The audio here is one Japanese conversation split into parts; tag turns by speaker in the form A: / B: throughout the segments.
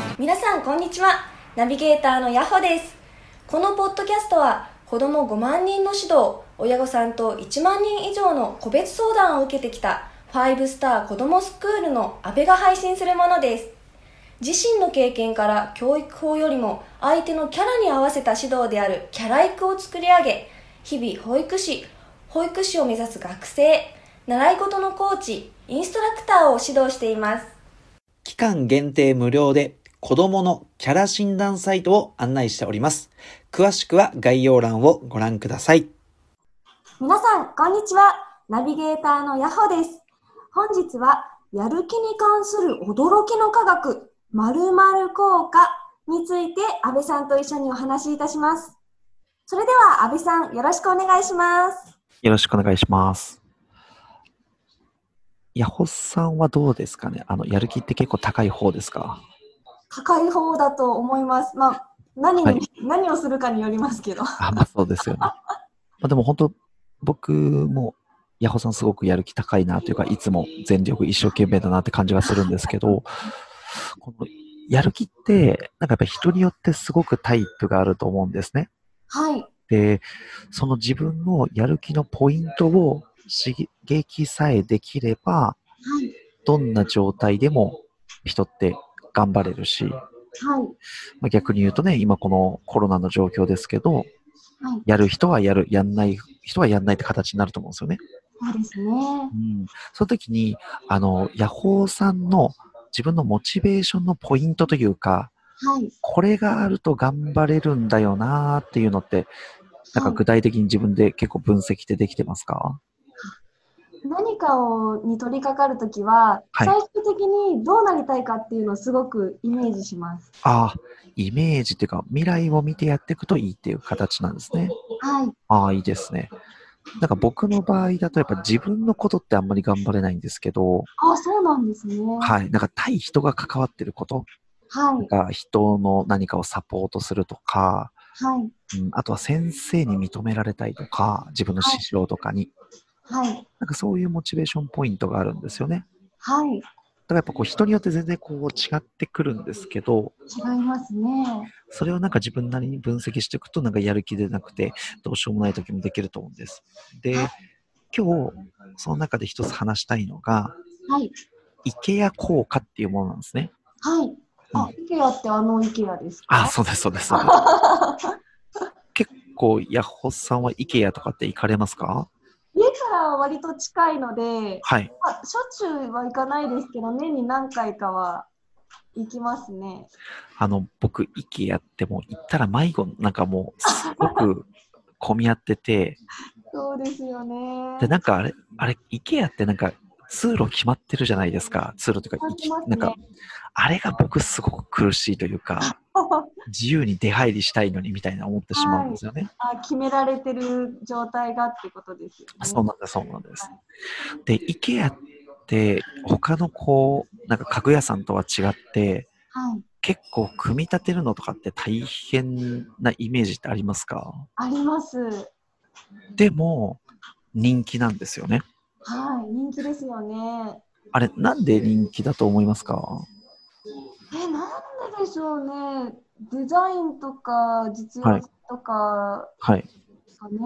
A: こんにちはナビゲーターのヤホですこのポッドキャストは子ども5万人の指導親御さんと1万人以上の個別相談を受けてきた5スター子どもスクールの阿部が配信するものです自身の経験から教育法よりも相手のキャラに合わせた指導であるキャラ育を作り上げ日々保育士保育士を目指す学生習い事のコーチインストラクターを指導しています
B: 期間限定無料で子供のキャラ診断サイトを案内しております。詳しくは概要欄をご覧ください。
A: 皆さん、こんにちは。ナビゲーターのヤホです。本日は、やる気に関する驚きの科学、〇〇効果について、安倍さんと一緒にお話しいたします。それでは、安倍さん、よろしくお願いします。
B: よろしくお願いします。ヤホさんはどうですかねあの、やる気って結構高い方ですか
A: 高い方だと思います。まあ、何に、
B: はい
A: 何をするかによりますけど。
B: あ、まあそうですよね。 まあでも本当、僕もヤホさんすごくやる気高いなというか、いつも全力一生懸命だなって感じがするんですけど、このやる気って、なんかやっぱ人によってすごくタイプがあると思うんですね。
A: はい。
B: で、その自分のやる気のポイントを刺激さえできれば、
A: はい。
B: どんな状態でも人って頑張れるし、
A: はい。
B: まあ、逆に言うとね、今このコロナの状況ですけど、やる人はやる、やんない人はやんないって形になると思うんですよね。
A: そうですね。
B: うん。その時に、あの、ヤホーさんの自分のモチベーションのポイントというか、
A: はい。
B: これがあると頑張れるんだよなーっていうのって、なんか具体的に自分で結構分析ってできてますか
A: 何かをに取り掛かるときは、
B: はい
A: 最終的にどうなりたいかっていうのをすごくイメージします。
B: ああ、イメージっていうか、未来を見てやっていくといいっていう形なんですね。
A: はい。
B: ああ、いいですね。なんか僕の場合だとやっぱ自分のことってあんまり頑張れないんですけど、
A: あ、そうなんですね。はい。
B: はい。なんか対人が関わってること、
A: はい。
B: が人の何かをサポートするとか、
A: はい。
B: うん、あとは先生に認められたいとか、自分の師匠とかに、
A: はい。
B: なんかそういうモチベーションポイントがあるんですよね。
A: はい。
B: だからやっぱこう人によって全然こう違ってくるんですけど、
A: 違いますね。
B: それをなんか自分なりに分析していくと、なんかやる気でなくて、どうしようもない時もできると思うんです。で、今日、その中で一つ話したいのが、
A: はい。
B: IKEA 効果っていうものなんですね。
A: はい。あ、イケアってあのイケアですか
B: あ、そうです、そうです、そうです。 結構、ヤッホーさんは IKEA とかって行かれますか
A: 家からは割と近いので、
B: はい。
A: まあ、しょっちゅうは行かないですけど、年に何回かは行きますね。
B: あの、僕、IKEA ってもう行ったら迷子、なんかもう、すごく混み合ってて、
A: そうですよね。
B: で、なんかあれ、あれ、IKEA ってなんか、通路決まってるじゃないですか。通路というか、行き
A: 決まって
B: なん
A: ます
B: か
A: ね、
B: あれが僕すごく苦しいというか、自由に出入りしたいのにみたいな思ってしまうんですよね。
A: あ決められてる状態がってことですよね。
B: そうなんです、そうなんです。で、IKEA って他のこう、なんか家具屋さんとは違って、
A: はい、
B: 結構組み立てるのとかって大変なイメージってありますか
A: あります。
B: でも、人気なんですよね。
A: はい、人気ですよね。
B: あれ、なんで人気だと思いますか
A: え、なんででしょうね。デザインとか実用性とか
B: はい。
A: ですかね。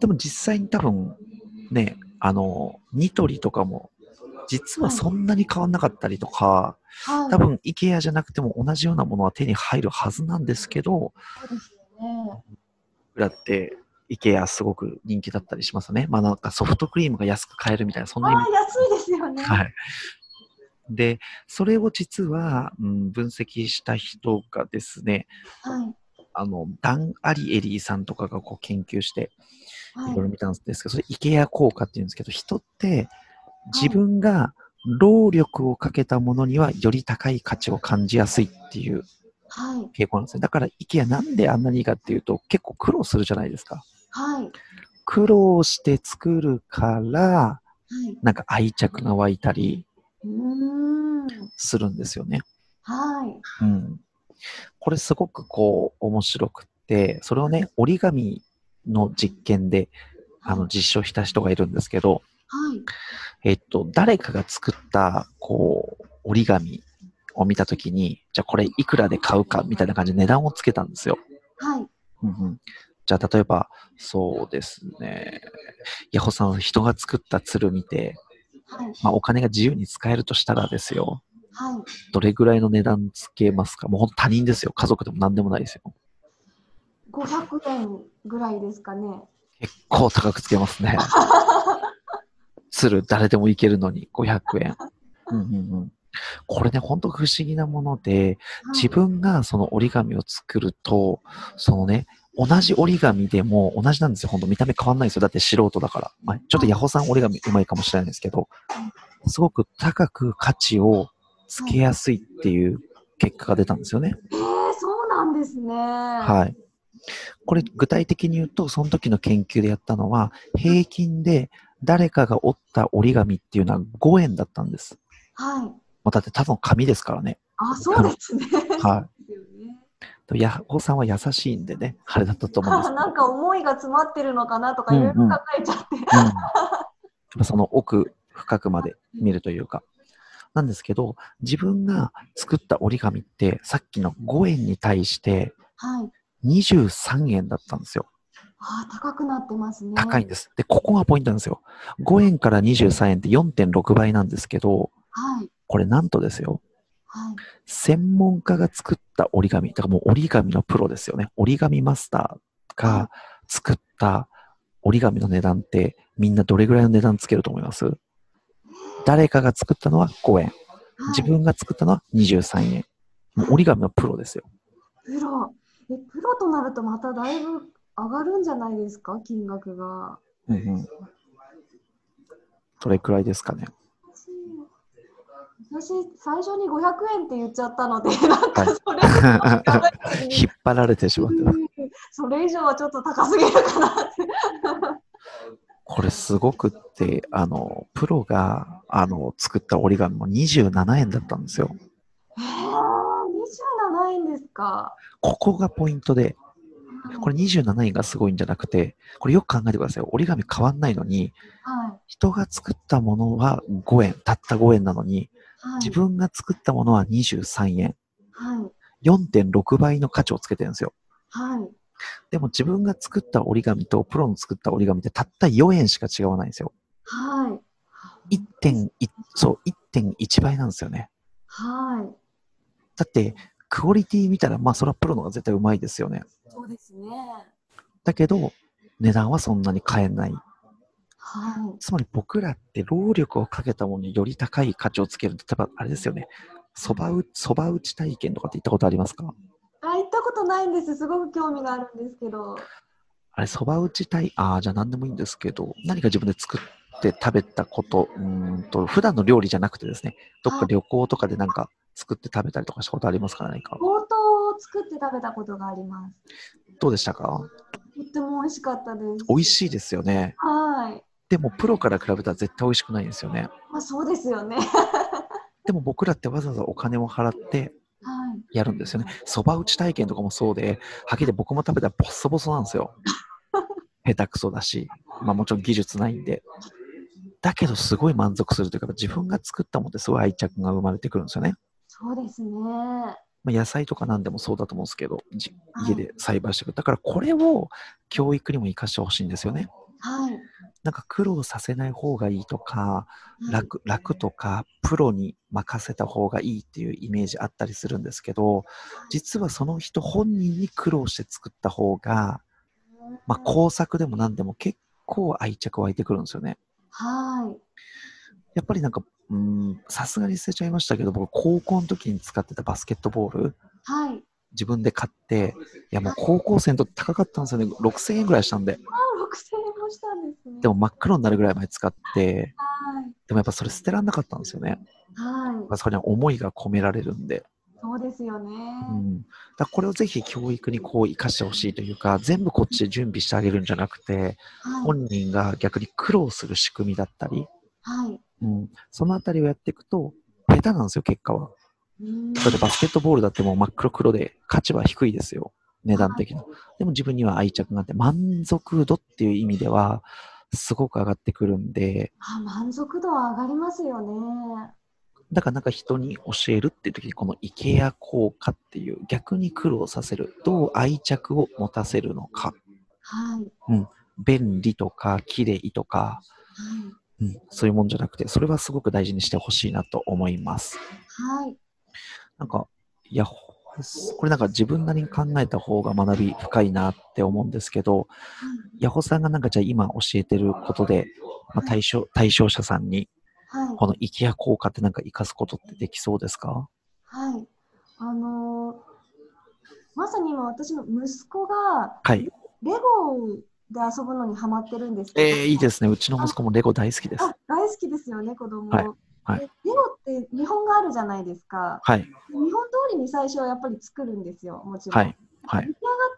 B: でも実際に多分、ね、あの、ニトリとかも、実はそんなに変わんなかったりとか、
A: はい、
B: 多分 IKEA じゃなくても同じようなものは手に入るはずなんですけど、
A: そうですよね。
B: だって、IKEA すごく人気だったりしますね。まあなんかソフトクリームが安く買えるみたいな、そん
A: あ
B: な意味。
A: ー安いですよね。
B: はい。で、それを実は、うん、分析した人がですね、
A: はい。
B: あの、ダン・アリエリーさんとかがこう研究して、
A: はいい。
B: ろいろ見たんですけど、それ IKEA 効果っていうんですけど、人って自分が労力をかけたものにはより高い価値を感じやすいっていう
A: はい。
B: 傾向なんですね。だから IKEA なんであんなにいいかっていうと、結構苦労するじゃないですか。
A: はい。
B: 苦労して作るから、
A: はい。
B: なんか愛着が湧いたり
A: うーん。
B: するんですよね。
A: はい。
B: うん。これすごくこう面白くって、それをね、折り紙の実験で、あの、実証した人がいるんですけど、
A: はい。
B: えっと、誰かが作った、こう、折り紙を見たときに、じゃあこれいくらで買うかみたいな感じで値段をつけたんですよ。
A: はい。
B: うんうん、じゃあ例えば、そうですね。ヤホさん、人が作った鶴見て、
A: はい。
B: まあ、お金が自由に使えるとしたらですよ。
A: はい。
B: どれぐらいの値段つけますかもう本当他人ですよ。家族でも何でもないですよ。
A: 500円ぐらいですかね。
B: 結構高くつけますね。鶴、誰でもいけるのに500円。うんうんうん、これね、本当不思議なもので、
A: はい
B: 自分がその折り紙を作ると、そのね、同じ折り紙でも同じなんですよ。ほんと見た目変わんないんですよ。だって素人だから。まあ、ちょっとヤホさん折り紙うまいかもしれないんですけど、すごく高く価値をつけやすいっていう結果が出たんですよね。
A: えー、そうなんですね。は
B: はい。これ具体的に言うと、その時の研究でやったのは、平均で誰かが折った折り紙っていうのは5円だったんです。
A: はい。
B: もうだってただの紙ですからね。
A: あ、そうですね。
B: は
A: ですよ ね
B: い。ヤホさんは優しいんでね、あれだったと思うんです
A: あ
B: けど。
A: なんか思いが詰まってるのかなとかいろいろ考えちゃって。
B: うんやっぱ その奥深くまで見るというか。なんですけど、自分が作った折り紙って、さっきの5円に対して
A: はい。
B: 23円だったんですよ。
A: あー、高くなってますね。
B: 高いんです。で、ここがポイントなんですよ。5円から23円って4.6倍なんですけど、
A: はい。
B: これなんとですよ。
A: はい。
B: 専門家が作った折り紙、だからもう折り紙のプロですよね。折り紙マスターが作った折り紙の値段って、みんなどれぐらいの値段つけると思います誰かが作ったのは5円。
A: はい、
B: 自分が作ったのは23円。もう折り紙のプロですよ。
A: プロ。え、プロとなるとまただいぶ上がるんじゃないですか、金額が。
B: うんうん。どれくらいですか ね。
A: 私、最初に500円って言っちゃったので、なんか
B: はい
A: それ以上は聞かないです
B: 引っ張られてしまってます。
A: うんそれ以上はちょっと高すぎるかなって。
B: これすごくって、あの、プロが、あの、作った折り紙も27円だったんですよ。
A: えー、27円ですか。
B: ここがポイントで、これ27円がすごいんじゃなくて、これよく考えてください。折り紙変わんないのに、
A: はい。
B: 人が作ったものは5円、たった5円なのに、
A: はい、
B: 自分が作ったものは23円。
A: はい。
B: 4.6倍の価値をつけてるんですよ。
A: はい。
B: でも自分が作った折り紙とプロの作った折り紙ってたった4円しか違わないんですよ。
A: はい。
B: 1.1、そう、1.1倍なんですよね。
A: はい。
B: だって、クオリティ見たら、まあ、それはプロの方が絶対うまいですよね。
A: そうですね。
B: だけど、値段はそんなに変えない。
A: はい。
B: つまり僕らって労力をかけたものにより高い価値をつける。例えば、あれですよね。そば打そば打ち体験とかって言ったことありますか
A: あ、行ったことないんです。すごく興味があるんですけど。
B: あれ、そば打ち体、ああ、じゃあ何でもいいんですけど、何か自分で作って食べたこと、うーんと、普段の料理じゃなくてですね、どっか旅行とかでなんか作って食べたりとかしたことありますか何か。
A: 冒頭を作って食べたことがあります。
B: どうでしたか
A: とっても美味しかったです。
B: 美味しいですよね。
A: はい。
B: でも、プロから比べたら絶対美味しくないんですよね。
A: まあ、そうですよね。
B: でも僕らってわざわざお金を払って
A: はい。
B: やるんですよね。そば打ち体験とかもそうで、はっきり言って僕も食べたらボッソボソなんですよ。下手くそだし、まあもちろん技術ないんで。だけどすごい満足するというか、自分が作ったものってすごい愛着が生まれてくるんですよね。
A: そうですね。
B: まあ、野菜とか何でもそうだと思うんですけど、じ家で栽培してくる。だからこれを教育にも生かしてほしいんですよね。
A: はい。
B: なんか苦労させない方がいいとか、楽楽とかプロに任せた方がいいっていうイメージあったりするんですけど実はその人本人に苦労して作った方が、まあ、工作でも何でも結構愛着湧いてくるんですよね
A: はい。
B: やっぱりなんかうーんさすがに捨てちゃいましたけど僕高校の時に使ってたバスケットボール
A: はい。
B: 自分で買っていやもう高校生の時高かったんですよね6000円ぐらいしたんで
A: あ、六千円もしたんですね。
B: でも真っ黒になるぐらいまで使って
A: はい。
B: でもやっぱそれ捨てらんなかったんですよね
A: はい。
B: まあそこには思いが込められるんで
A: そうですよね。
B: うん、だからこれをぜひ教育にこう生かしてほしいというか全部こっちで準備してあげるんじゃなくて
A: はい。
B: 本人が逆に苦労する仕組みだったり、
A: はい。
B: うん、そのあたりをやっていくと下手なんですよ結果は
A: うーん
B: だってバスケットボールだってもう真っ黒黒で価値は低いですよ値段的にでも自分には愛着があって満足度っていう意味ではすごく上がってくるんで
A: あ、満足度は上がりますよね。
B: だからなんか人に教えるっていう時にこのイケア効果っていう逆に苦労させるどう愛着を持たせるのか
A: はい。はい。
B: 便利とか綺麗とか、うん、そういうもんじゃなくてそれはすごく大事にしてほしいなと思います
A: はい。
B: なんかいやほこれなんか自分なりに考えた方が学び深いなって思うんですけどヤホさんがなんかじゃあ今教えてることで、まあ、対象対象者さんに
A: はい。
B: このイケア効果ってなんか活かすことってできそうですか
A: はい。あのーまさに今私の息子が
B: はい。
A: レゴで遊ぶのにハマってるんですけ
B: え
A: ど、
B: ー、いいですね。うちの息子もレゴ大好きです。
A: あ大好きですよね、子供、
B: はいはい
A: でレゴって見本があるじゃないですか。
B: はい。
A: 見本通りに最初はやっぱり作るんですよ、もちろん。
B: はい。はい
A: 出来。上がっ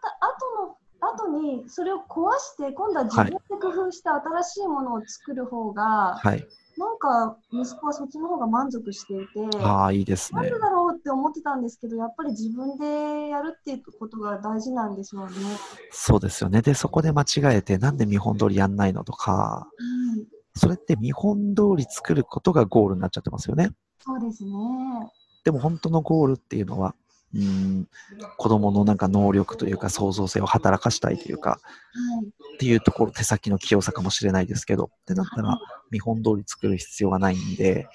A: た後の後にそれを壊して今度は自分で工夫して新しいものを作る方が、
B: はい。
A: なんか息子はそっちの方が満足していて、
B: ああ、いいです
A: なん
B: ね
A: で。だろうって思ってたんですけどやっぱり自分でやるっていうことが大事なんでしょうね。
B: そうですよね。で、そこで間違えて、なんで見本通りやんないのとか、
A: はい、
B: それって見本通り作ることがゴールになっちゃってますよね。
A: そうですね。
B: でも本当のゴールっていうのは、うーん、子供のなんか能力というか創造性を働かしたいというか、
A: はい、
B: っていうところ、手先の器用さかもしれないですけど、ってなったら、見本通り作る必要はないんで、
A: は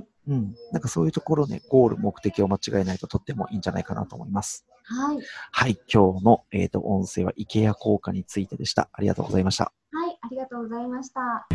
A: い、
B: うん、なんかそういうところね、ゴール、目的を間違えないととってもいいんじゃないかなと思います。
A: はい、
B: はい、今日の、えー、と音声は IKEA 効果についてでした。ありがとうございました。
A: はい、ありがとうございました。